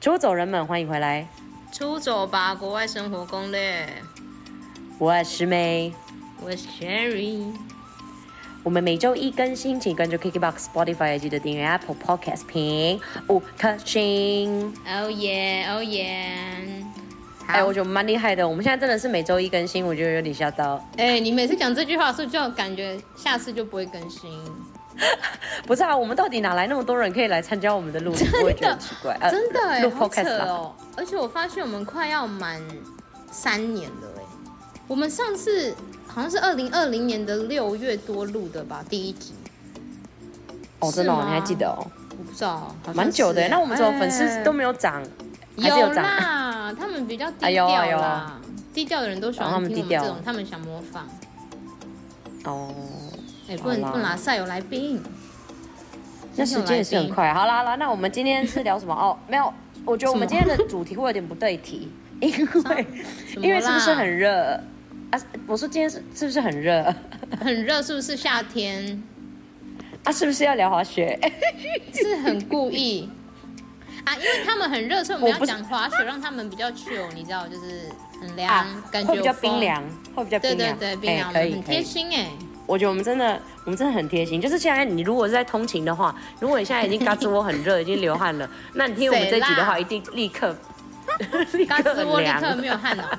出走人们，欢迎回来，出走吧，国外生活攻略。我是梅。我是 Sherry，我们每周一更新，请关注 KKBOX、Spotify，记得订阅 Apple Podcast，评五颗星。哦耶哦耶！好，哎、我觉得我们蛮厉害的，我们现在真的是每周一更新，我觉得有点吓到。哎、你每次讲这句话的时候，就感觉下次就不会更新，不是啊，我们到底哪来那么多人可以来参加我们的录？我也觉得很奇怪。呃真的哎、录好扯 Podcast 啦。哦！而且我发现我们快要满三年了哎、我们上次好像是二零二零年的六月多录的吧，第一集，哦，真的、哦是，吗你还记得哦？我不知道，好像蛮久的耶。是哎哎那我们怎么粉丝都没有涨？还是有涨？啦，他们比较低哎调呦啦，哎呦低调的人都喜欢哦他听我们们低调这种，他们想模仿。哦，哎、不能好啦不能啦，赛有来宾。那时间也是很快。好啦好啦，那我们今天是聊什么？哦，没有，我觉得我们什今天的主题会有点不对题，因为什么啦因为是不是很热啊？我说今天是是不是很热很热，是不是夏天？啊？是不是要聊滑雪？是很故意啊，因为他们很热，所以我们我要不是讲滑雪，让他们比较 chill，你知道，就是很凉，啊，感觉会有比较风冰。凉，会比较对冰对凉，对，冰哎凉，我可们以很可以贴心哎、我觉得我们真的，我们真的很贴心。就是现在，你如果是在通勤的话，如果你现在已经嘎吱窝很热，已经流汗了，那你听我们这一集的话，谁啦一定立刻 立 嘎刻吱窝很立凉。刻没有 汗了、哦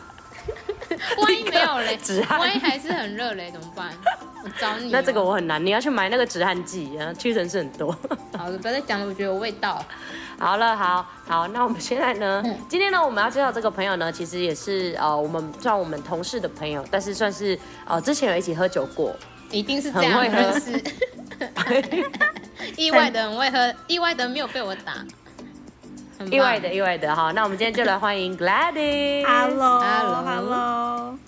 万一没有嘞止，汗万一还是很热嘞，怎么办？我找你哦、啊 那这个我很难，你要去买那个止汗剂，然后屈臣氏很多。好了，不要再讲了，我觉得有味道。好了，好好，那我们现在呢？嗯今天呢，我们要介绍这个朋友呢，其实也是呃，我们算我们同事的朋友，但是算是呃之前有一起喝酒 过，一定是这样，很会喝就是 意外的很会喝，意外的没有被我打，很棒意外的，意外的哈。那我们今天就来欢迎 Gladys。 Hello Hello，Hello，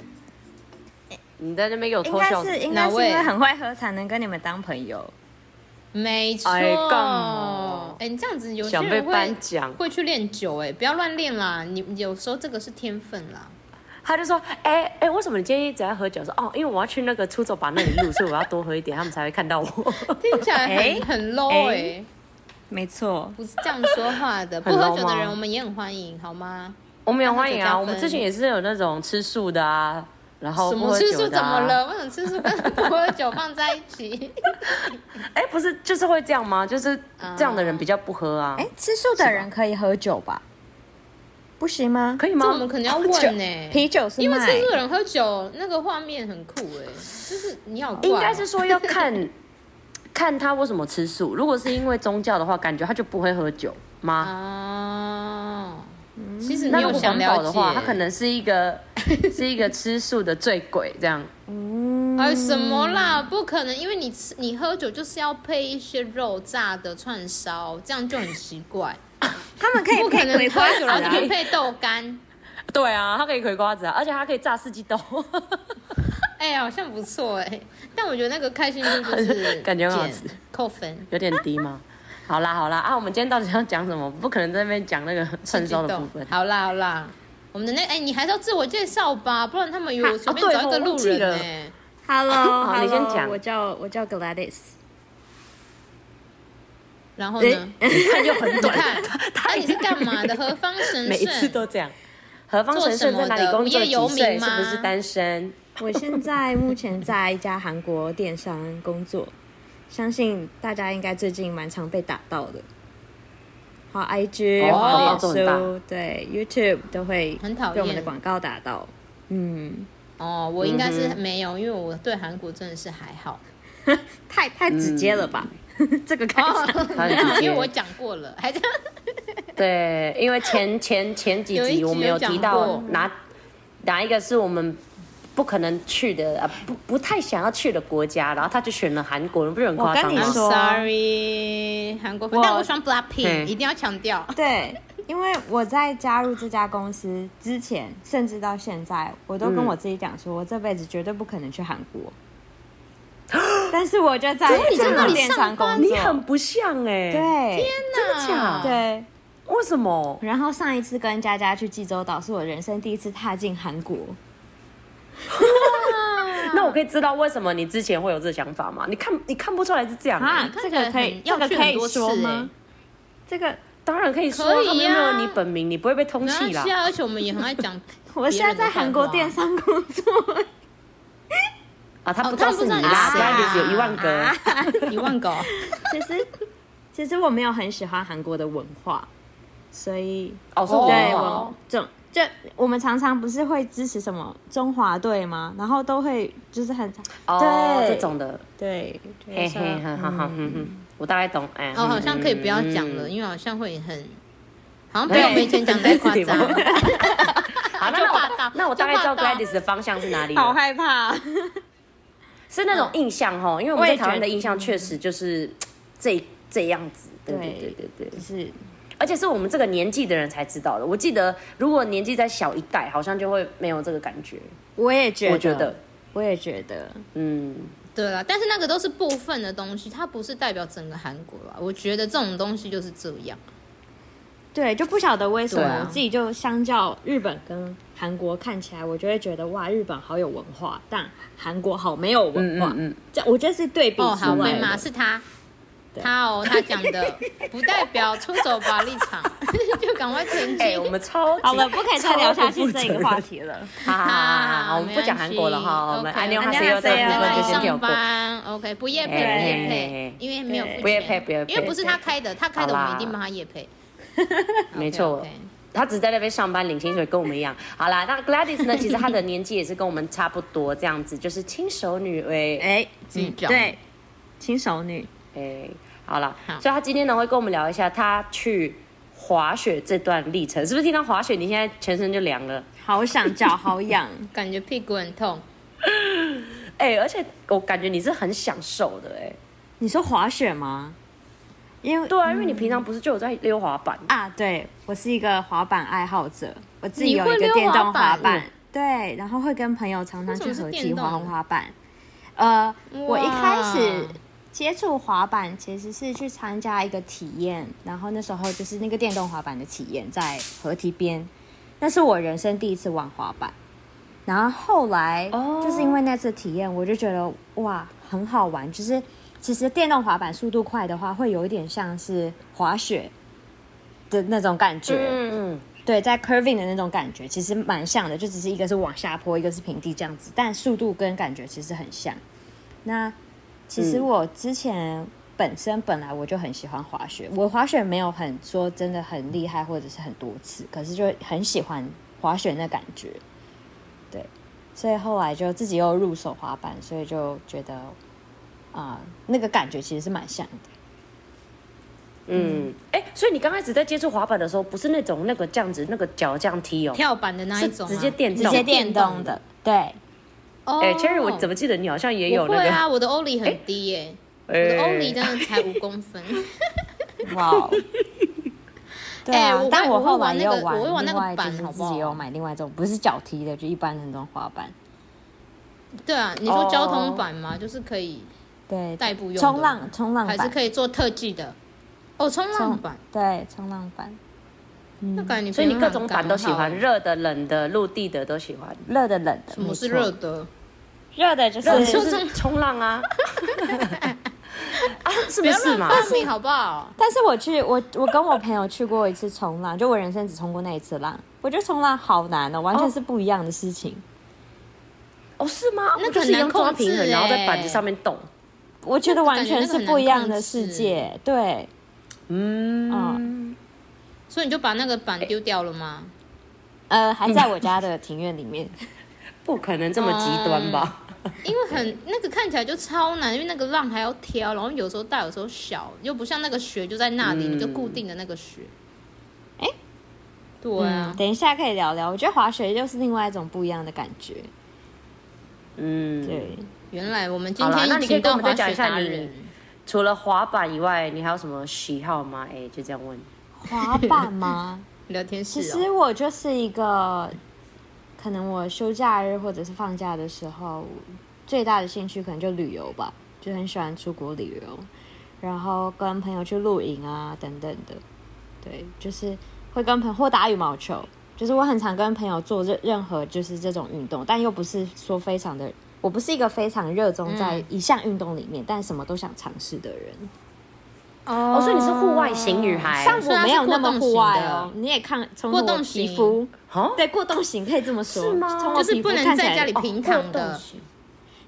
你在那边给我应偷该笑是应哪该是位因为很会喝才能跟你们当朋友。没错。哎干嘛哎、你这样子有些想被人会颁奖，会去练酒、哎，不要乱练啦。你你有时候这个是天分 啦。他就说：“哎、哎、为什么你今天一直在喝酒？”我说：“哦，因为我要去那个出走吧那里录，所以我要多喝一点，他们才会看到我。 听起来很、哎很 low 哎、哎没错，不是这样说话的。不 很 low 喝酒的人吗我们也很欢迎，好吗？”我们也欢迎那就加啊，分我们之前也是有那种吃素的啊，然后什不么喝吃酒素的、怎么啊。了？为什么吃素跟不喝酒放在一 起？哎、不是，就是会这样吗？就是这样的嗯人比较不喝啊。哎，吃素的人可以喝酒吧？不行吗？可以吗？哦这我们可能要问酒呢、啤酒是因为卖哎吃素的人喝酒那个画面很酷哎、就是你好怪哦、应该是说要 看看他为什么吃素。如果是因为宗教的话，感觉他就不会喝酒吗？哦，其实嗯那啊你如有果想环了保解的话，他可能是一个 是一个吃素的醉鬼这样。哎嗯什么啦？不可能，因为你吃你喝酒就是要配一些肉炸的串烧，这样就很奇 怪。他们可以不可配能葵喝瓜酒子然后啊就配豆干，对啊，他可以葵瓜子啊，而且他可以炸四季豆，哎、好像不错哎、但我觉得那个开心度就是 感觉很好减吃扣分。 有点低吗？好啦好啦啊，我们今天到底要讲什么？不可能在那边讲那个串烧的部分。好啦好啦，我们的那哎、你还是要自我介绍吧，不然他们以为我随便啊对找一个我忘路记人了哎、 Hello，好你先 hello，讲我叫我叫 Gladys。然后呢？ 你看就很你短， 看，那、你是干嘛的？何方神每一次圣？都这样。何方神圣在哪里工做什么的无作？业游几民岁？吗是不是单身？ 我现在目前在一家韩国电商工作，相信大家应该最近蛮常被打到的。好，IG、哦好都很脸大书、对 YouTube 都会很讨厌被我们的广告打到。嗯，哦，我应该是嗯哼没有，因为我对韩国真的是还好。太太直接了吧？这个开场、他很直接因为我讲过了，还这样。对，因为前前前几有一集集我们有提有到讲过哪哪一个是我们不可能去的，啊、不不太想要去的国家，然后他就选了韩国，不是很夸张我跟吗你？说 Sorry，韩国粉，我但我喜欢 Blackpink，嗯一定要强调。 对，因为我在加入这家公司之前，甚至到现在，我都跟嗯我自己讲说，我这辈子绝对不可能去韩国。但是我就在哎真的你在那韩国里电商工你作，很不像哎、对真的假？，对。为什么？然后上一次跟佳佳去济州岛，是我人生第一次踏进韩国。那我可以知道为什么你之前会有这想法吗？你看你看不出来是这样、欸啊看这起来个可以很要这个去可以很多次说欸吗这个当然可以说，可以啊他们又没有你本名，你不会被通然后缉啦是。啊，而且我们也很 爱讲别人的坏话啊。我现在在韩国电商工作，啊，他哦不知道他不是知你道啦，不你是然谁啊你只有一万个。一万个哦， 其实其实我没有很喜欢韩国的文化，所以哦，是我对啊我总就我们常常不是会支持什么中华队吗？然后都会就是很哦，啊对这种的，对，就是嘿嘿，说好好好，嗯嗯，我大概懂。哎，哦，好像可以不要讲了，嗯。因为好像会很，好像比我们以前讲的 夸张。 好，那就那霸我道那我大概就知道霸道 Gladys 的方向是哪里好了，害怕， 是那种印象哈，因为我们我在也台湾的觉得印象确实就是这这样子，对对对对对对就。是而且是我们这个年纪的人才知道的。我记得，如果年纪再小一代，好像就会没有这个感觉。我也啊觉得，我觉得，我也觉得，嗯，对啦，但是那个都是部分的东西，它不是代表整个韩国啦。我觉得这种东西就是这样。对，就不晓得为什么、对啊我自己就相较日本跟韩国看起来，我就会觉得哇，日本好有文化，但韩国好没有文化。嗯嗯嗯这我觉得是对比哦，之好外被的。骂 是他，他哦，他讲的不代表出走吧立 场，就赶快澄哎、清。我们超级好了，不可以再聊下去这一个话。超不负责任题了。 好好好好啊好，我们没不关系讲韩国了哈，我们 OK，安妞哈安妞谁有这哈个部分啊来塞哟就先跳上过。班，OK，不夜配不哎夜哎配，因为没有付钱，不业配不业配哎因为不是他开的，他开的我们一定帮他夜配， 没错 OK，OK 他只在那边上班领薪水，跟我们一样。好啦，那 Gladys 呢？其实她的年纪也是跟我们差不多，这样子就是轻熟女哎哎、哎、嗯对，轻熟女，好啦，好所以她今天呢会跟我们聊一下她去滑雪这段历程，是不是？听到滑雪，你现在全身就凉了。好想叫，好 痒。感觉屁股很痛。哎、而且我感觉你是很享受的哎、你说滑雪吗？因为对啊，因为你平常不是就有在溜滑板？啊，对我是一个滑板爱好者，我自己有一你个会溜电动滑板哦滑板，对，然后会跟朋友常常为什去么是合体电动滑的滑板。呃，我一开始哇接触滑板其实是去参加一个体验，然后那时候就是那个电动滑板的体验在河堤边，那是我人生第一次玩滑板。然后后来哦就是因为那次体验，我就觉得哇很好玩，就是其实电动滑板速度快的话，会有一点像是滑雪的那种感觉，嗯，对，在 curving 的那种感觉，其实蛮像的，就只是一个是往下坡，一个是平地这样子，但速度跟感觉其实很像。那其实嗯我之前本身本来我就很喜欢滑雪，我滑雪没有很说真的很厉害或者是很多次，可是就很喜欢滑雪那感觉。对，所以后来就自己又入手滑板，所以就觉得啊、那个感觉其实是蛮像的。嗯，哎、所以你刚开始在接触滑板的时候，不是那种那个这样子，那个脚这样踢哦，跳板的那是一种吗，啊直接电直动。接哎、电动的，对，哦。 Cherry，我怎么记得你好像也有我那会个？啊？我的欧里很低耶，我的欧里真哎的才五公分。 哇哦！对哎啊，我但玩我会后来玩那又个我会玩那另个外就板是好不自己有好买另外一种，不是脚踢的，就一般的那种滑板。对啊，你哦说交通板嘛，就是可以，对，代步用的冲浪冲浪还板是可以做特技的。哦，冲浪板，对冲嗯浪板，那感觉所以你平各衡种感板都喜欢，很好。热的、冷的、陆地的都喜欢。热的冷的，什么是没错热？的？热的就，热的就是是冲浪 啊，啊，是不不要是乱嘛？发明好不好？ 但是我去我我跟我朋友去过一次冲浪，就我人生只冲过那一次浪，我觉得冲浪好难哦，完全是不一样的事情。哦，是吗？那不就是很一难样抓控制平衡，然后在哎板子上面动。我觉得完全是不一样的世那界，对，嗯，所以你就把那个板哎丢掉了吗？呃，还在我家的庭院里面，不可能这么极端吧？因为很那个看起来就超难，因为那个浪还要挑，然后有时候大，有时候小，又不像那个雪就在那里，嗯你就固定的那个雪。哎，对啊嗯，等一下可以聊聊。我觉得滑雪又是另外一种不一样的感觉。哦嗯，对，原来我们今好啦天那已你可以经跟我到们再讲一滑雪下达你人，除了滑板以外，你还有什么喜好吗？哎、就这样问。滑板吗？聊天其室实哦，我就是一个，可能我休假日或者是放假的时候，最大的兴趣可能就旅游吧，就很喜欢出国旅游，然后跟朋友去露营啊等等的。对，就是会跟朋友或打羽毛球，就是我很常跟朋友做任任何就是这种运动，但又不是说非常的，我不是一个非常热衷在嗯一项运动里面，但什么都想尝试的人。哦，所以你是户外型女孩但所以我它是没有过那么动户型外的哦，你也看从过我动皮型肤，哦，对过动型可以这么说，是吗从就我是皮肤不能看起在来家里平躺的哦。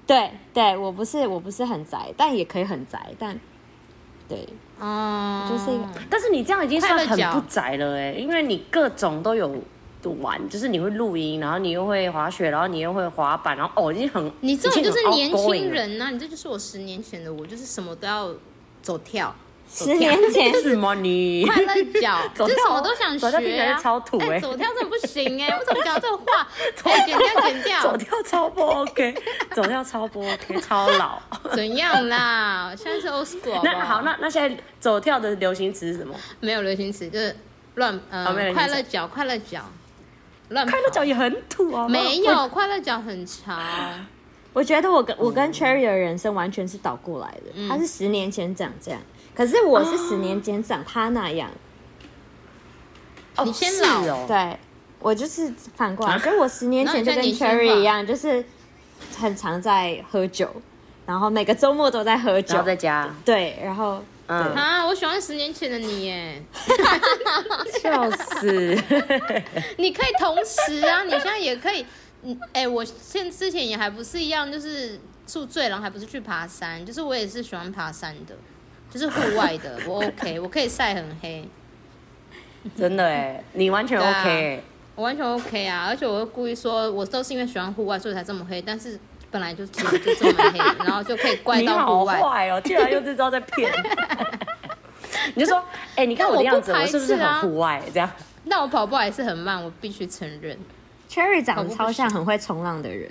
对对，我不是我不是很宅，但也可以很宅，但对，哦，就是一个但是你这样已经算快乐很脚不宅了哎、因为你各种都有玩，就是你会露营，然后你又会滑雪，然后你又会滑板，然后哦，已经很你这种就是年轻，已经很 outgoing 了人呐、啊你这就是我十年前的我，就是什么都要走跳，十年 前是吗你？快乐脚， 走就是跳什么都想走跳听起学、来啊。是超土哎欸走跳真的不行哎、我怎么讲这 种话？哎、剪掉剪走掉，跳超不 OK，走跳超不 OK，超 老。怎样啦？现在是 old school 好不那好，那那现在走跳的流行词是什么？没有流行词，就是乱呃、哦没有流行词快乐脚，快乐脚，乱跑快乐脚也很土啊，没我。有，快乐脚很潮，啊我觉得我跟我跟 Cherry 的人生完全是倒过来的，嗯他是十年前长这样，可是我是啊十年前长他那样，哦你先是老哦，对我就是反过来，啊所以我十年前就跟那你现在年轻 Cherry 吧一样，就是很常在喝酒，然后每个周末都在喝酒然后，在家，对，然后嗯，啊，我喜欢十年前的你哎，笑死。你可以同时啊，你现在也可以，嗯，哎、我现之前也还不是一样，就是宿醉，然后还不是去爬山，就是我也是喜欢爬山的，就是户外 的，我 OK，我可以晒很黑， 真的哎，你完全对 OK 啊哎、我完全 OK 啊，而且我会故意说，我都是因为喜欢户外，所以才这么黑，但是本来就其实就 这么黑，然后就可以怪你到好户外。坏哦，竟然用这招在骗。 你就说，哎、你看但我的我不样子，我排是不是斥啊很户外？这样，但我跑步还是很慢，我必须承认。 Cherry 长跑得步超不像很会冲浪的人，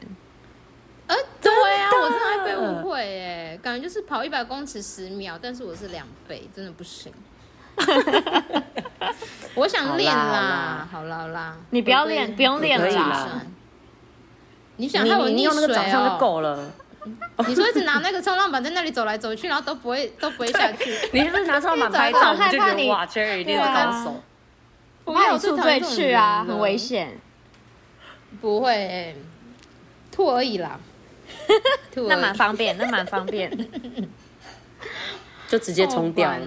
呃，对啊，真的我真的会被误会耶，感觉就是跑一百公尺十秒，但是我是两倍，真的 不行。我想练啦，好啦好啦，你不要练我不用练了啦我不打算你想你害我你你溺用那个水长相就哦？够了。你说一直拿那个冲浪板在那里走来 走去，然后都不会都不会下去。你是不是拿上满拍照， 我你啊好害怕就觉得你哇，Cherry 一定是对高啊手。我怕有你最宿讨厌醉这种去啊，人了很危。险。不会耶，吐而已 啦。吐而已那蛮方便，那蛮 方便。就直接冲哦掉了。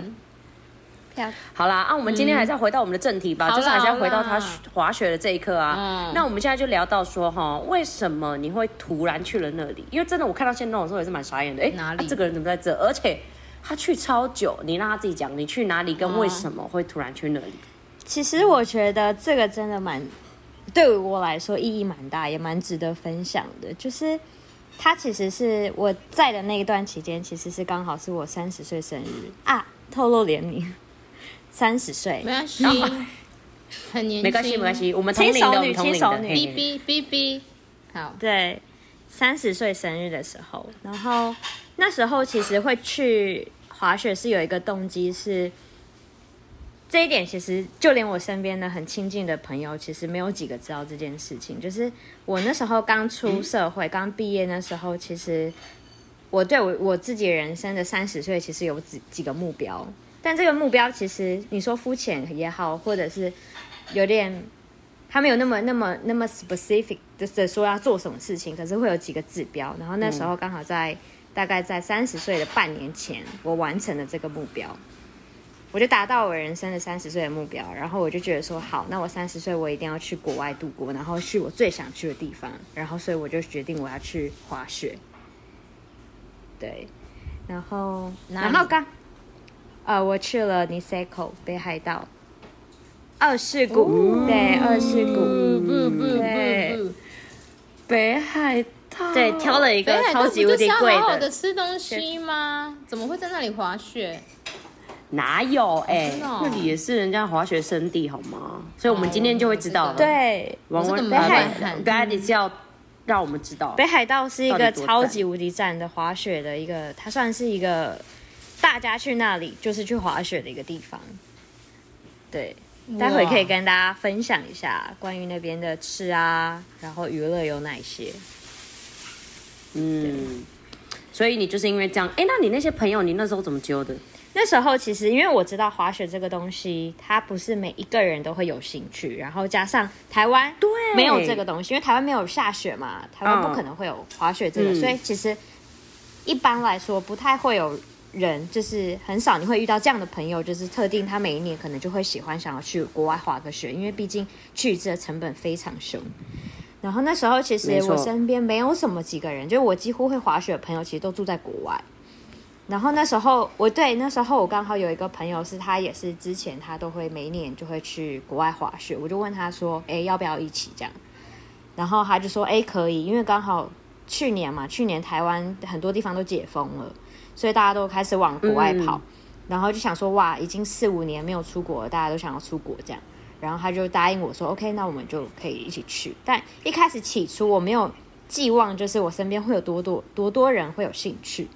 好啦，啊，我们今天还是要回到我们的正题吧，好啦就是还是要回到好他啦滑雪的这一刻啊。嗯那我们现在就聊到说哈，为什么你会突然去了那里？因为真的我看到现动的时候也是蛮傻眼的，哎、哪里啊这个人怎么在这？而且他去超久，你让他自己讲，你去哪里跟嗯为什么会突然去那里？其实我觉得这个真的蛮，对我来说意义蛮大，也蛮值得分享的。就是它其实是我在的那一段期间，其实是刚好是我三十岁生日啊，透露年龄，三十岁没。关系，很年哦轻，没关系，没关。系，我们同轻龄的，熟我女们同龄轻熟的。女嘿哔哔哔哔，好，对，三十岁生日的时候，然后那时候其实会去滑雪是有一个动机是，这一点其实就连我身边的很亲近的朋友，其实没有几个知道这件事情。就是我那时候刚出社会、刚毕业那时候，其实我对我我自己人生的三十岁其实有几几个目标，但这个目标其实你说肤浅也好，或者是有点他没有那么那么那么 specific 就是说要做什么事情，可是会有几个指标。然后那时候刚好在、大概在三十岁的半年前，我完成了这个目标，我就达到我人生的三十岁的目标。然后我就觉得说，好，那我三十岁我一定要去国外度过，然后去我最想去的地方。然后所以我就决定我要去滑雪。对，然后哪里然后刚呃，我去了尼塞口北海道。二世谷，嗯对，二世谷，不不对不不，北海道，对，挑了一个北海道超不级无就敌是要贵好好的的，吃东西吗？怎么会在那里滑雪？哪有哎、真的哦那里也是人家滑雪圣地好吗？所以我们今天就会知道了。哦对，王我是文呃老个门外板汉大家也是要让我们知道北。海道是一哦到个底多超级无敌赞的滑雪的一个，它算是一个大家去那里就是去滑雪的一个地方。对，待会可以跟大家分享一下关于那边的吃啊，然后娱乐有哪些。嗯，所以你就是因为这样，哎、那你那些朋友，你那时候怎么揪的？那时候其实因为我知道滑雪这个东西，它不是每一个人都会有兴趣，然后加上台湾对没有这个东西，因为台湾没有下雪嘛，台嗯湾不可能会有滑雪这个，嗯所以其实一般来说不太会有人，就是很少你会遇到这样的朋友，就是特定他每一年可能就会喜欢想要去国外滑个雪，因为毕竟去一次的成本非常凶。然后那时候其实没错我身边没有什么几个人，就是我几乎会滑雪的朋友其实都住在国外。然后那时候我对那时候我刚好有一个朋友是他也是之前他都会每一年就会去国外滑雪，我就问他说，哎，要不要一起这样？然后他就说，哎，可以，因为刚好去年嘛，去年台湾很多地方都解封了，所以大家都开始往国外跑。然后就想说，哇，已经四五年没有出国了，大家都想要出国这样。然后他就答应我说，OK，那我们就可以一起去。但一开始起初我没有寄望，就是我身边会有多多多多人会有兴趣。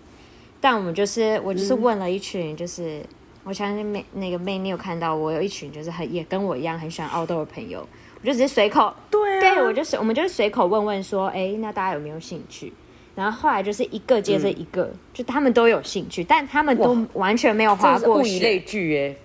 但我们就是我嗯就是问了一群，就是、我相信妹那个妹，你有看到我有一群就是很也跟我一样很喜欢奥豆的朋友，我就直接随口对啊，对，我就是我们就是随口问问说，哎、那大家有没有兴趣？然后后来就是一个接着一个，就他们都有兴趣，但他们都嗯哇完全没有真滑的是物过以雪类。聚哎。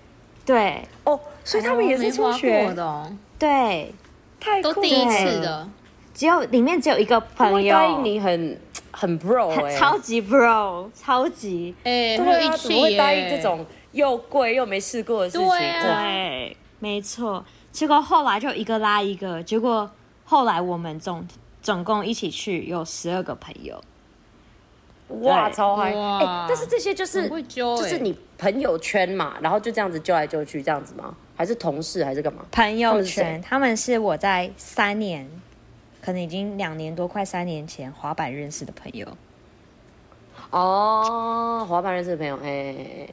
对哦，所以他们也是初没滑学过，的哦，对，太酷哎都了第一次的。只有里面只有一个他朋们答应友，你很很 bro 他哎、超级 bro，超级哎、对会啊，一怎起么会答应耶这种又贵又没试过的事情？对啊对，没错。结果后来就一个拉一个，结果后来我们总总共一起去有十二个朋友。哇，对超嗨！哇哎、但是这些就是很会揪就是哎你朋友圈嘛，然后就这样子揪来揪去这样子吗？还是同事还是干嘛？朋友他们是圈，他们是我在三年，可能已经两年多，快三年前滑板认识的朋友。哦，滑板认识的朋友，哎、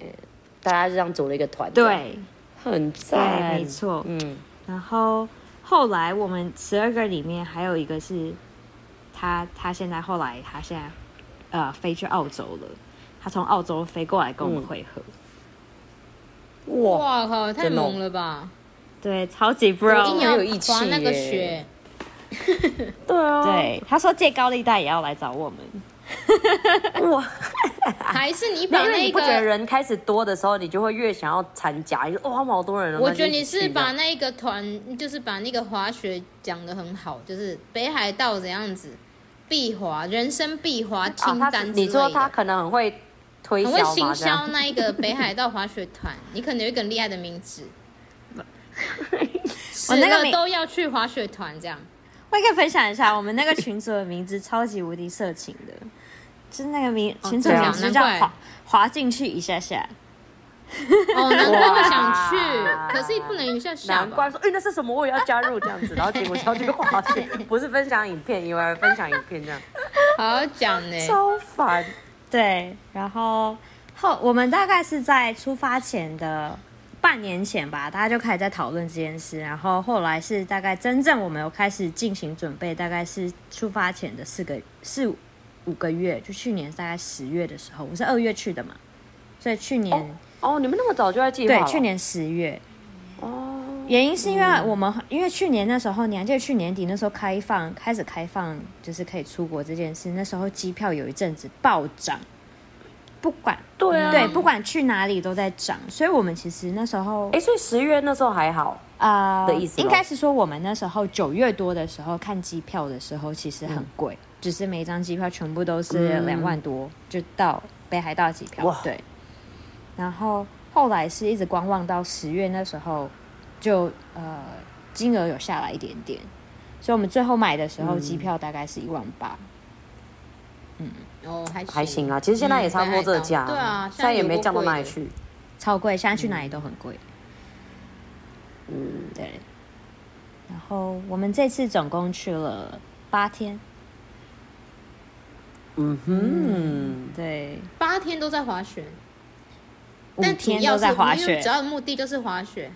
大家就这样组了一个团，，对，很对，赞，没错。嗯，然后后来我们十二个里面还有一个是他，他现在后来他现在呃飞去澳洲了，他从澳洲飞过来跟我们嗯会合。哇，哇靠，太真的哦猛了吧！对，超级一定 bro。要要有义气滑那个耶雪，对啊，对，他说借高利贷也要来找我们。哇，还是你把那因为那你不觉得个？人开始多的时候，你就会越想要参加，你就哦，他们好多人哦，我那就觉得一你起是去把这样那个团，就是把那个滑雪讲的很好，就是北海道怎样子必滑，人生必滑清啊，他单是之类的。你说他可能很会推销很嘛，会行这样销那一个北海道滑雪团， 你可能有一个很厉害的名 字，死我那个了名都要去滑雪团这样。我也可以分享一下，我们那个群组的名字超级无敌色情的，就是那个名群组这样名字就难叫怪滑滑进去一下下。哦，难怪会想去哇，可是不能一下下难怪吧？说，哎、那是什么？我也要加入这样子，然后结果要去滑雪， 不是分享影片，以为分享影片这样，好好讲呢、超烦。对，然后后我们大概是在出发前的半年前吧，大家就开始在讨论这件事，然后后来是大概真正我们有开始进行准备，大概是出发前的四个四五个月，就去年大概十月的时候，我是二月去的嘛，所以去年、哦，你们那么早就在计划对了？去年十月，哦，原因是因为我们、因为去年那时候，你还记得去年底那时候开放开始开放，就是可以出国这件事，那时候机票有一阵子暴涨，不管对啊，嗯对，不管去哪里都在涨，所以我们其实那时候哎、所以十月那时候还好，呃的意思咯应该是说我们那时候九月多的时候看机票的时候其实很贵，只是每一张机票全部都是嗯两万多，就到北海道机票哇，对。然后后来是一直观望到十月那时候就呃金额有下来一点点，所以我们最后买的时候嗯机票大概是一万八、哦，还还行啊。其实现在也差不多这个价、嗯北海道对啊，现在也没降到哪里有去。超贵，现在去哪里都很贵。嗯，对。然后我们这次总共去了八天，嗯嗯哼，对，过八天都在滑雪，五但主天要都是在滑因为雪主，要的目的就是滑雪，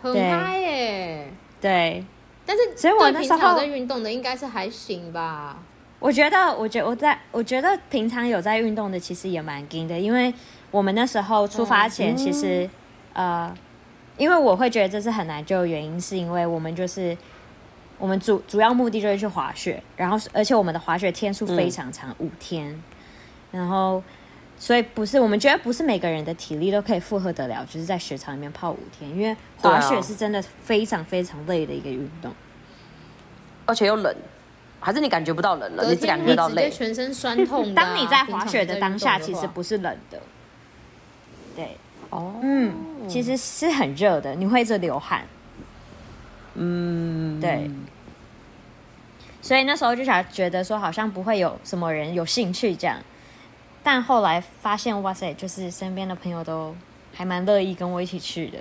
很对嗨耶、对。但是所以我对那平时常有候在运动的应该是还行吧。我觉得，我觉我在我觉得平常有在运动的，其实也蛮硬的，因为我们那时候出发哦前，其实、嗯呃，因为我会觉得这是很难救的原因，是因为我们就是我们主主要目的就是去滑雪，然后而且我们的滑雪天数非嗯常长，五天，然后所以不是我们觉得不是每个人的体力都可以负荷得了，就是在雪场里面泡五天，因为滑对啊雪是真的非常非常累的一个运动。而且又冷，还是你感觉不到冷了，隔啊你只天感觉到会直接累。 全身酸痛的啊、当你在滑雪的当下，平常有在其运动的话实不是冷的，对，哦，嗯，其实是很热的，你会一直流汗。嗯，对，所以那时候就想觉得说好像不会有什么人有兴趣这样，但后来发现哇塞，就是身边的朋友都还蛮乐意跟我一起去的。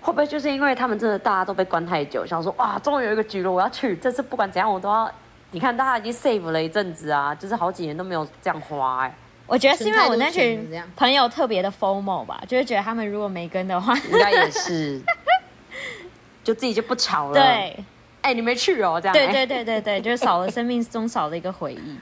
会不会就是因为他们真的大家都被关太久，想说哇，终于有一个局了，我要去，这次不管怎样我都要。你看大家已经 save 了一阵子啊，就是好几年都没有这样花哎、我觉得是因为我那存太多钱了这群样朋友特别的 formal 吧，就是觉得他们如果没跟的话，应该也是， 就自己就不吵了。，对哎、你没去哦，这样。对哎对对对对，就是少了生命中少了一个回忆。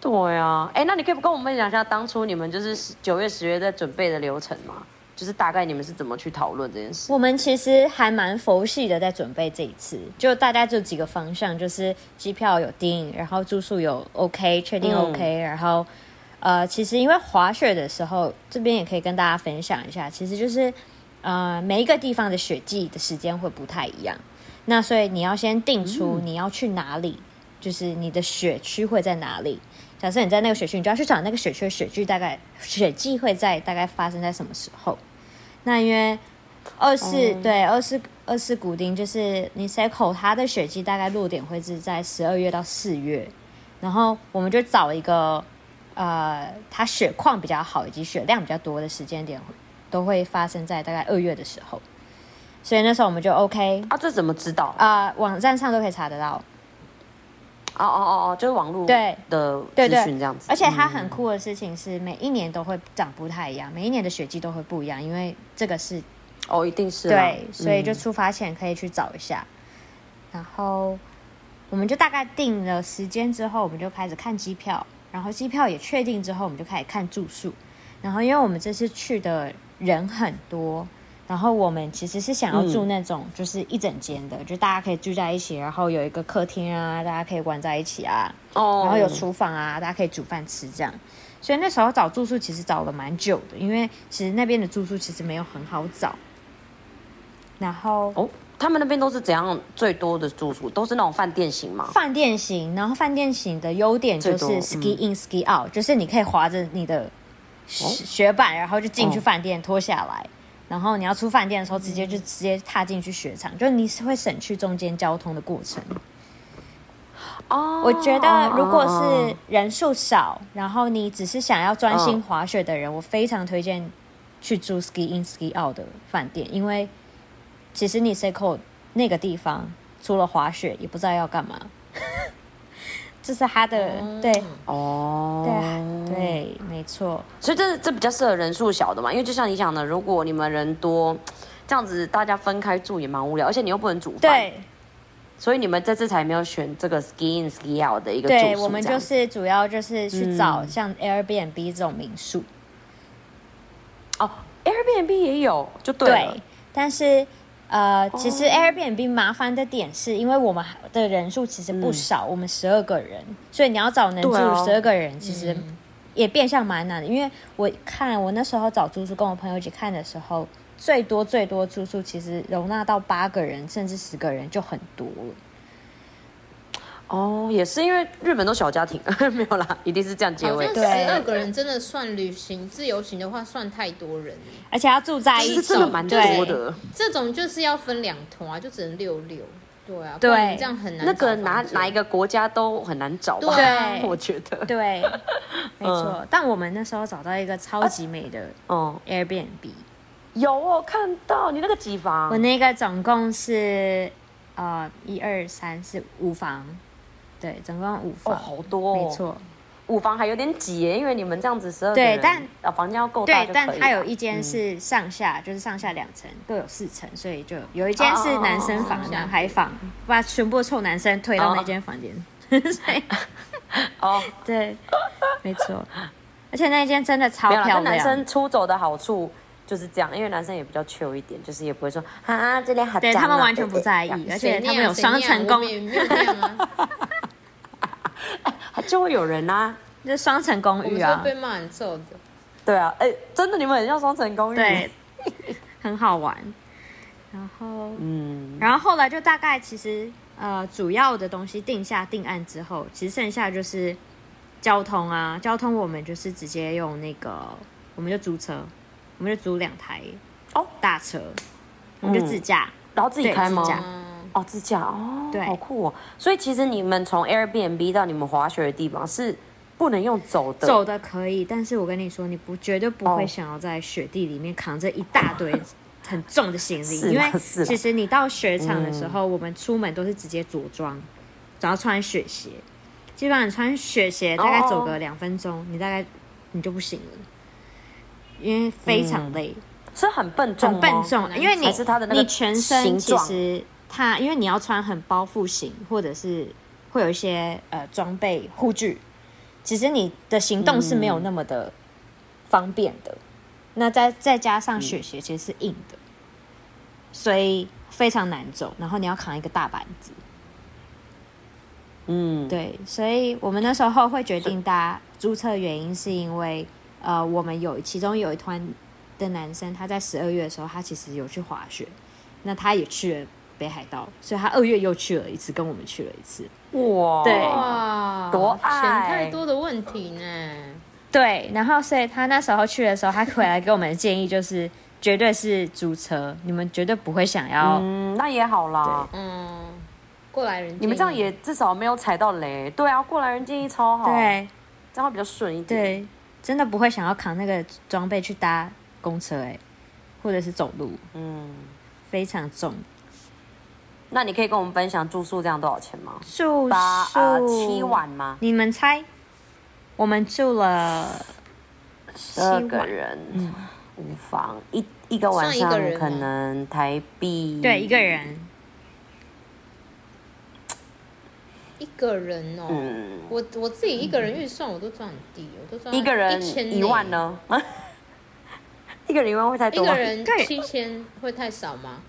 对啊，哎，那你可以不跟我们分享一下当初你们就是九月、十月在准备的流程吗？就是大概你们是怎么去讨论这件事？我们其实还蛮佛系的，在准备这一次，就大家就几个方向，就是机票有定，然后住宿有 OK，确定嗯 OK，、然后呃，其实因为滑雪的时候，这边也可以跟大家分享一下，其实就是呃每一个地方的雪季的时间会不太一样，那所以你要先定出你要去哪里，就是你的雪区会在哪里。假设你在那个雪区，你就要去找那个雪区的雪具大概雪季会在大概发生在什么时候。那因为二四、对二四二四古丁就是你 s e c o 它的雪季大概落点会是在十二月到四月，然后我们就找一个呃它雪况比较好以及雪量比较多的时间点，都会发生在大概二月的时候。所以那时候我们就 OK，啊，这怎么知道？啊，网站上都可以查得到。哦哦哦哦，就是网络对的对资对讯这样子。而且它很酷的事情是，每一年都会长不太一样，每一年的雪季都会不一样，因为这个是哦，一定是啊对，所以就嗯出发前可以去找一下。然后我们就大概定了时间之后，我们就开始看机票，然后机票也确定之后，我们就开始看住宿。然后因为我们这次去的人很多，然后我们其实是想要住那种就是一整间的，就大家可以住在一起，然后有一个客厅啊，大家可以玩在一起啊，哦，然后有厨房啊，大家可以煮饭吃这样。所以那时候找住宿其实找了蛮久的，因为其实那边的住宿其实没有很好找。然后哦，他们那边都是怎样最多的住宿？都是那种饭店型吗？饭店型，然后饭店型的优点就最是多嗯 ski in ski out，、就是你可以滑着你的哦雪雪板，然后就进去饭店脱下来，然后你要出饭店的时候直接就嗯直接踏进去雪场，就你是会省去中间交通的过程。哦，我觉得如果哦是人数少，然后你只是想要专心嗯滑雪的人，我非常推荐去住 ski in ski out 的饭店，因为其实你 Seiko 那个地方除了滑雪，也不知道要干嘛。 这是他的、对哦，对啊对，没错，所以这这比较适合人数小的嘛，因为就像你讲的，如果你们人多，这样子大家分开住也蛮无聊，而且你又不能煮饭，，对所以你们这次才没有选这个 ski in ski out 的一个住宿这样嗯对，子。我们就是主要就是去找像 Airbnb 这种民宿。哦，Airbnb 也有，就对了哦对，但是呃，其实 Airbnb 麻烦的点是因为我们的人数其实不少，我们十二个人，所以你要找能住嗯对嗯哦十二个人，其实也变相蛮难的。因为我看我那时候找住宿，跟我朋友一起看的时候，最多最多住宿其实容纳到八个人甚至十个人就很多了。哦，也是因为日本都小家庭， 没有啦，一定是这样结好尾像。对十二个人真的算旅行自由行的话，算太多人了。而且要住在其一实起，真的蛮多对。的，这种就是要分两团啊，就只能六六。对啊，对不然这样很难。那个哪哪一？个国家都很难找吧？对我觉得。对，没错。但我们那时候找到一个超级美的嗯， Airbnb，、有我有看到你那个几房我？那个总共是呃一二三四五房，对，总共五哦，房，好多、哦，没，错。五房还有点挤耶，因为你们这样子十二对但啊房间要够大对，就可以但了嗯它有一间是上下，就是上下两层，各有四层，所以就有一间哦哦是哦男生哦房、哦男孩房，把全部臭男生推到那间房间。 所以哦，对，没错。而且那一间真的超没有啦，漂但亮，男生出走的好处。就是这样，因为男生也比较 chill 一点，就是也不会说啊这里好脏对啊、他们完全不在哎哎意，哎谁而且念啊他们有谁双念啊层我公们， 也没有这样啊，还就会有人啊，就是双层公我寓们啊都，被骂很臭的。对啊，哎、真的你们很像双层公寓，对，， 很好玩。然后， 嗯，然后后来就大概其实呃主要的东西定下定案之后，其实剩下就是交通啊，交通我们就是直接用那个我们就租车，我们就租两台哦大车，我们就自驾，然后自己对开吗自？驾嗯，哦，自驾哦，对好酷哦。所以其实你们从 Airbnb 到你们滑雪的地方是不能用走的，走的可以，但是我跟你说，你不绝对不会哦想要在雪地里面扛着一大堆很重的行是李，啦因为是啦嗯其实你到雪场的时候，我们出门都是直接着装，然后穿雪鞋。基本上你穿雪鞋大概哦走个两分钟，你大概你就不行了，因为非嗯常累，是很笨重很吗，笨重，因为你还是它的那个你全身形其状实它因为你要穿很包覆型，或者是会有一些呃装备护具，其实你的行动是没有那么的方便嗯的。那再再加上雪鞋其实是硬的，所以非常难走，然后你要扛一个大板子。嗯，对，所以我们那时候会决定搭租车，原因是因为呃，我们有其中有一团的男生，他在十二月的时候，他其实有去滑雪，那他也去了北海道，所以他二月又去了一次，跟我们去了一次。哇，对哇，多想爱太多的问题呢。对，然后所以他那时候去的时候，他回来给我们的建议就是，绝对是租车，你们绝对不会想要。嗯，那也好啦。嗯，过来人，你们这样也至少没有踩到雷，对啊，过来人建议超好，，对这样会比较顺一点。对，真的不会想要扛那个装备去搭公车哎、或者是走路，嗯，非常重。那你可以跟我们分享住宿这样多少钱吗？住八呃宿七晚吗？你们猜？我们住了七十二个晚，嗯人，五房一一个晚算一上个人可吗能台币啊对，一个，人，一个人哦。嗯，我我自己一个人预算我都赚很低，我都赚一个人1000一万？呢？ 一个人一万会太一多吗个？人对七千会太少吗？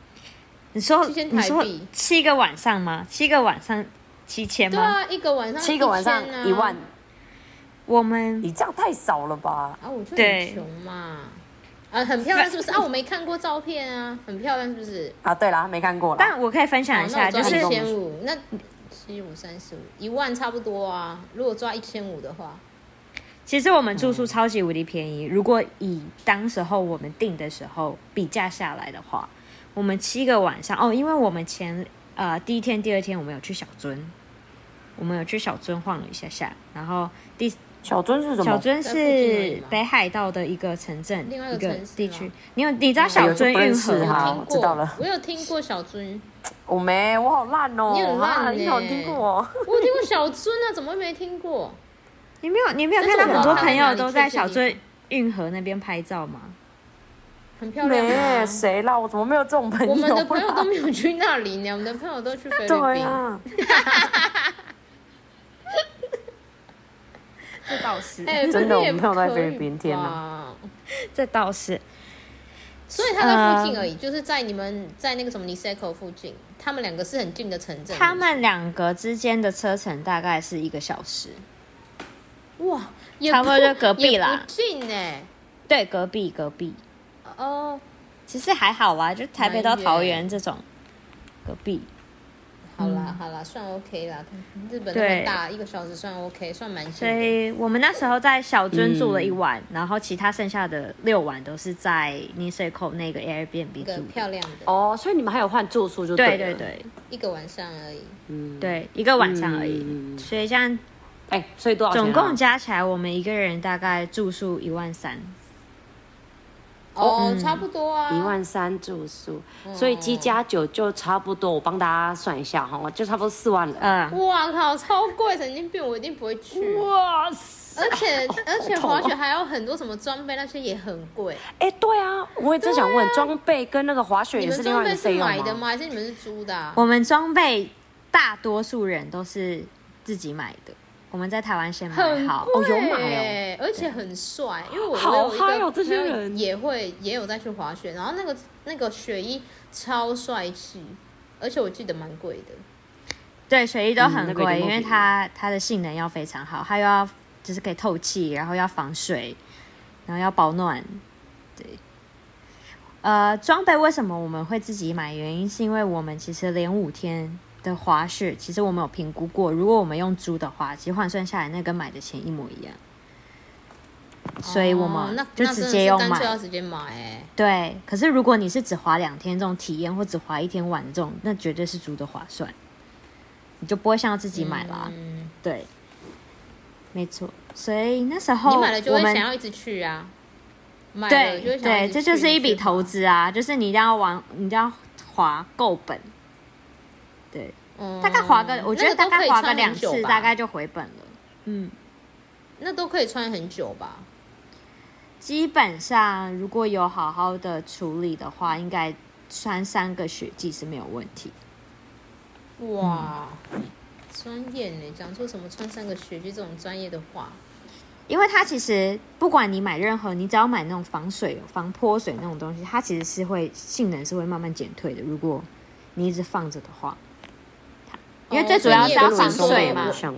你说七千你说台币七个晚上吗？七个晚上七千对吗？啊，一个晚上七个晚上1000啊一万，我们你这样太少了吧？啊，我就对很穷嘛。啊，很漂亮是不是啊？我没看过照片啊，很漂亮是不是？啊，对啦，没看过啦。但我可以分享一下，哦那就我是抓一你千五，那七五三十五，一万差不多啊。如果抓一千五的话，其实我们住宿超级无敌便宜。如果以当时候我们订的时候比价下来的话，我们七个晚上哦，因为我们前呃第一天、第二天我们有去小樽，我们有去小樽晃了一下下，然后第小樽是什么？小在樽附近而已是嘛北海道的一个城镇，另外一一个个城市地吗区。你有你知道小哎有就樽不认运识河哈吗？好听知道过了，我有听过小尊，我没，我好烂哦、你很烂啊欸你有听过、哦？我有听过小尊啊，怎么会没听过？你没有你没有但是看到我很多好像朋哪友里都去在这小地樽运河那边拍照吗？很漂亮啊没，。谁啦？我怎么没有这种朋友？我们的朋友都没有去那里呢，我们的朋友都去菲律啊对宾。啊， 这倒是哎，真的这也我们朋友都在可以菲律宾天哪吧这倒是。所以他在附近嗯而已，就是在你们在那个什么尼塞口附近，他们两个是很近的城镇。他们两个之间的车程大概是一个小时，哇，也差不多就隔壁啦也不近哎。对，隔壁隔壁，哦，其实还好啦，就台北到蛮远桃园这种隔壁。好嗯啦好啦，算 OK 啦。日本那么对大，一个小时算 OK，算蛮所近的。以我们那时候在小樽住了一晚，然后其他剩下的六晚都是在尼水口那个 Airbnb 一个住的。漂亮的， 哦，所以你们还有换住宿就对对对了，对一个晚上而已。嗯，对，一个晚上而已，嗯所以这样哎、所以多少钱、啊？总共加起来，我们一个人大概住宿一万三。哦，差不多啊。嗯一万三住宿，嗯所以七加九就差不多，我帮大家算一下哈，就差不多四万了。嗯，哇靠，超贵！神经病，我一定不会去。哇塞！而且而且痛哦滑雪还有很多什么装备，那些也很贵。哎、对啊，我也正想问，装、备跟那个滑雪你也们是另装外一备个是费用买的吗？还是你们是租的啊？我们装备大多数人都是自己买的，我们在台湾先买很好。哦贵有买哦耶、而且很帅。因为我好我有一嗨个哦这些朋友人也会也有在去滑雪，然后那个那个雪衣超帅气，而且我记得蛮贵的。对，雪衣都嗯那很个有贵，点因为莫比它它的性能要非常好，它又要就是可以透气，然后要防水，然后要保暖。对，呃，装备为什么我们会自己买？原因是因为我们其实连五天的滑雪，其实我们有评估过，如果我们用租的话，其实换算下来那跟买的钱一模一样。所以哎我们哦那就那直真的接是用干脆买要。直接买哎、对，可是如果你是只滑两天这种体验，或只滑一天玩这种，那绝对是足的划算，你就不会想要自己买啦。嗯，对，没错。所以那时候你买了就我会们想要一直去啊，买了就对会想要对，直这就是去一笔直投滑资啊，就是你一定要玩，你一定要划够本。对，嗯大概划个，我觉得那大都可概以划穿个很两久次，吧大概就回本了。嗯，那都可以穿很久吧？基本上如果有好好的处理的话，应该穿三个雪季是没有问题。嗯哇，专业呢，讲出什么穿三个学具这种专业的话，因为它其实不管你买任何，你只要买那种防水、防泼水那种东西，它其实是会性能是会慢慢减退的。如果你一直放着的话，它因为哦最主所以要啊你是也要不是防说水我嘛不。像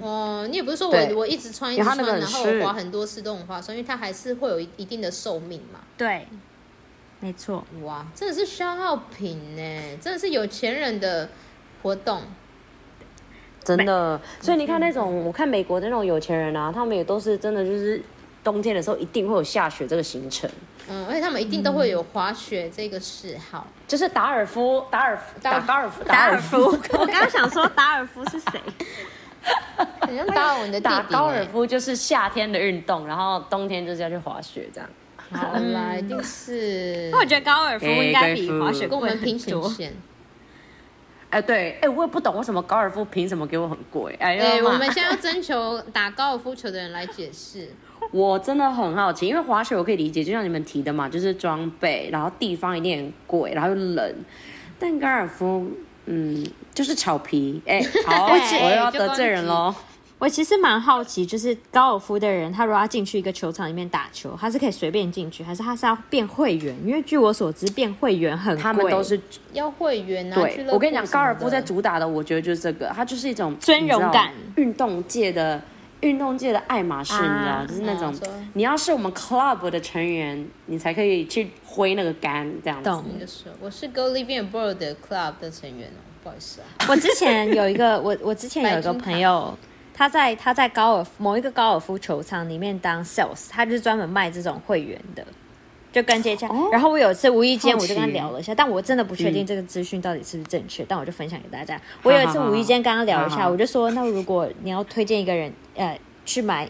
哦，你也不是说嗯对我我一直穿一因为直它穿，那个很然后我湿滑很多次都很划算，因为它还是会有一一定的寿命嘛。对，没错。哇，真的是消耗品呢，真的是有钱人的活动。真的，所以你看那种，我看美国的那种有钱人啊，他们也都是真的就是冬天的时候一定会有下雪这个行程，嗯，而且他们一定都会有滑雪这个嗜 好。就是达尔夫、达尔夫、打达高尔夫、达尔尔夫， 我刚刚想说达尔夫是 谁？你像达尔文的弟弟打呢高尔夫就是夏天的运动，然后冬天就是要去滑雪这样。好啦，嗯一定是因为我觉得高尔夫应该比滑雪跟贵我们很平行多。线。哎，对，哎，我也不懂为什么高尔夫凭什么给我很贵？哎哎、呀妈，我们现在要征求打高尔夫球的人来解释。我真的很好奇，因为滑雪我可以理解，就像你们提的嘛，就是装备，然后地方一定很贵，然后又冷。但高尔夫，嗯，就是草皮。哎、好，我只我又要就得罪人攻击喽。我其实蛮好奇，就是高尔夫的人，他如果要进去一个球场里面打球，他是可以随便进去，还是他是要变会员？因为据我所知，变会员很贵。他们都是要会员啊，俱对乐，部我跟你讲，什么高尔夫在的主打的，我觉得就是这个，它就是一种尊荣感，你知道运动界的运动界的爱马仕，你知道啊吗，就是那种嗯说你要是我们 club 的成员，你才可以去挥那个杆这样子。懂你就说我是 Go Living Abroad 的 Club 的成员哦，不好意思啊。 我之前有一个，我我之前有一个朋友，他在他在高尔夫某一个高尔夫球场里面当 sales，他就是专门卖这种会员的，就跟接洽。哦然后我有一次无意间好我奇就跟他聊了一下，但我真的不确定嗯这个资讯到底是不是正确，但我就分享给大家。我有一次无意间跟他聊一好好下，好我就说，那如果你要推荐一个人，呃，去买。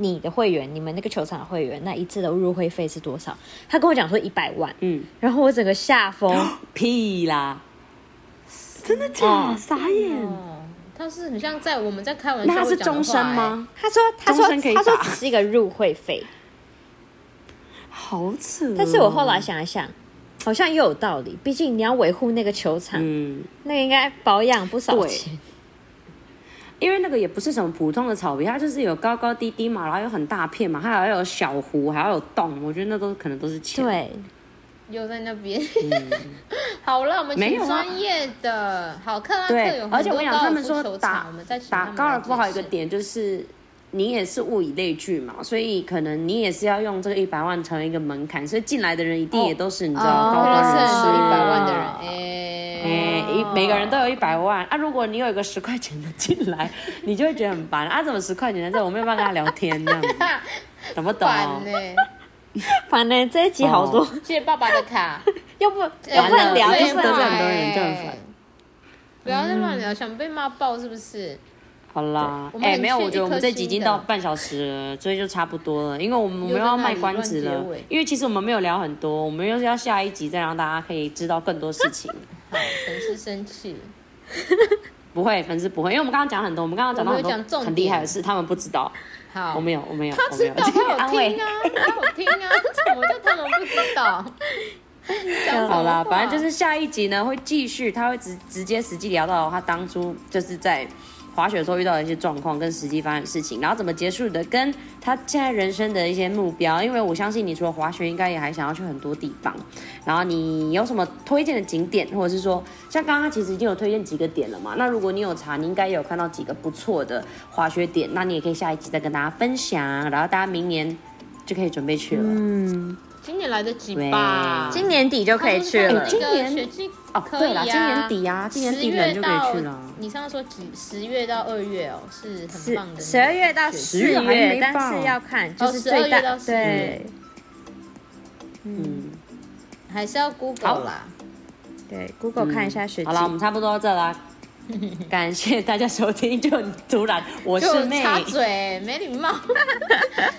你的会员，你们那个球场的会员，那一次的入会费是多少？他跟我讲说一百万，嗯，然后我整个吓疯，屁啦！真的假？傻眼！哦，他是很像在我们在开玩笑嗯那它是会讲的话欸，终身吗？ 他说：“他说终身可以他说打只是一个入会费，好扯哦、但是我后来想一嗯想，好像也有道理。毕竟你要维护那个球场，嗯，那个应该保养不少对钱。因为那个也不是什么普通的草皮，它就是有高高低低嘛，然后有很大片嘛，它还要有小湖，还要有洞，我觉得那都可能都是钱。，对，欸又在那边。 好了，我们嗯没请有啊专业的。好，克拉克对有，很而且我多跟你高讲，他尔们夫说球场，打我们再请他打们高尔来夫还有一个解释，点就是，你也是物以类聚嘛，所以可能你也是要用这个一百万成为一个门槛，所以进来的人一定也都是、你知道哦高可端能人是士，很多一百万的人，哎、哎、一哦每个人都有一百万啊！如果你有一个十块钱的进 来，你就会觉得很烦啊！怎么十块钱的这我没有办法跟他聊天 这样子，懂不懂？烦呢、反正这一集好多，哦借爸爸 的卡。哎又不又完不能了聊，这又一集不得能罪很聊。多人就很烦不要再乱聊，想被骂爆是不是？好啦对我，们哎、很没有，缺我觉得我们这集已经一颗星到的半小时了，所以就差不多了，因为我们没有要卖关子又在那了里乱结尾，因为其实我们没有聊很多，我们又是要下一集再让大家可以知道更多事 情。好，粉丝生气。不会，粉丝不会，因为我们刚刚讲很多，我们刚刚讲到我很们多有讲重点很厉害的事，他们不知道，好，我没有，我没有，他我没知有，道，这个 他安有慰听。啊，他有听啊，怎么就他们不知 道？讲什么话好啦，反正就是下一集呢会继续，他会直直接实际聊到他当初就是在滑雪的时候遇到的一些状况跟实际发生的事情，然后怎么结束的，跟他现在人生的一些目标。因为我相信你除了滑雪，应该也还想要去很多地方。然后你有什么推荐的景点，或者是说像刚刚其实已经有推荐几个点了嘛？那如果你有查，你应该也有看到几个不错的滑雪点，那你也可以下一集再跟大家分享，然后大家明年就可以准备去了。嗯，今年来得及吧？对今年底就可以去了哎他。今说年看那个雪季哦可对以啦啊，今年底啊今年底10人月就可以去了到你上次说几十月到二月哦，是很十棒的。十二月到十四月还没月，报但是要看就哦是十二最月大、到四月对嗯，还是要 Google 啦。对，Google 看一下雪季嗯好。啦，我们差不多到这 啦。感谢大家收听，就很突然，我是就妹插嘴，没礼貌。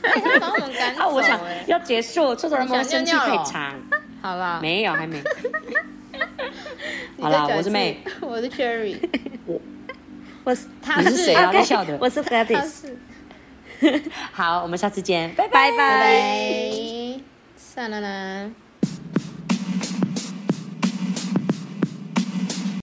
哎他把我们赶啊，走我想哎。要结束，臭人们生气尿尿太了长，好啦，没有还 没。你好再啦我讲一是次妹， 我是 Cherry， 我是他你是谁啊 OK，你笑的我是 Gladys 他。是好，我们下次见，拜拜拜拜拜拜，算了啦。